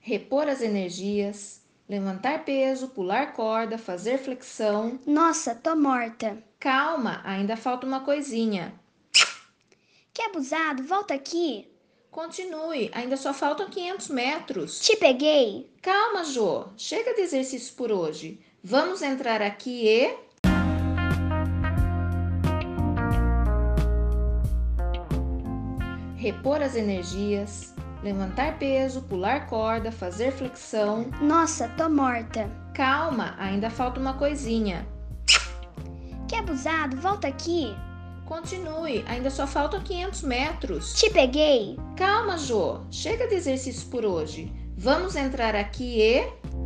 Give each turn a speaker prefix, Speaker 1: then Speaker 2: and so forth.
Speaker 1: repor as energias, levantar peso, pular corda, fazer flexão.
Speaker 2: Nossa, tô morta.
Speaker 1: Calma, ainda falta uma coisinha.
Speaker 2: Que abusado, volta aqui.
Speaker 1: Continue, ainda só faltam 500 metros.
Speaker 2: Te peguei.
Speaker 1: Calma, Jô, chega de exercícios por hoje. Vamos entrar aqui e. Repor as energias, levantar peso, pular corda, fazer flexão.
Speaker 2: Nossa, tô morta.
Speaker 1: Calma, ainda falta uma coisinha.
Speaker 2: Que abusado, volta aqui.
Speaker 1: Continue, ainda só faltam 500 metros.
Speaker 2: Te peguei.
Speaker 1: Calma, Jô, chega de exercícios por hoje. Vamos entrar aqui e.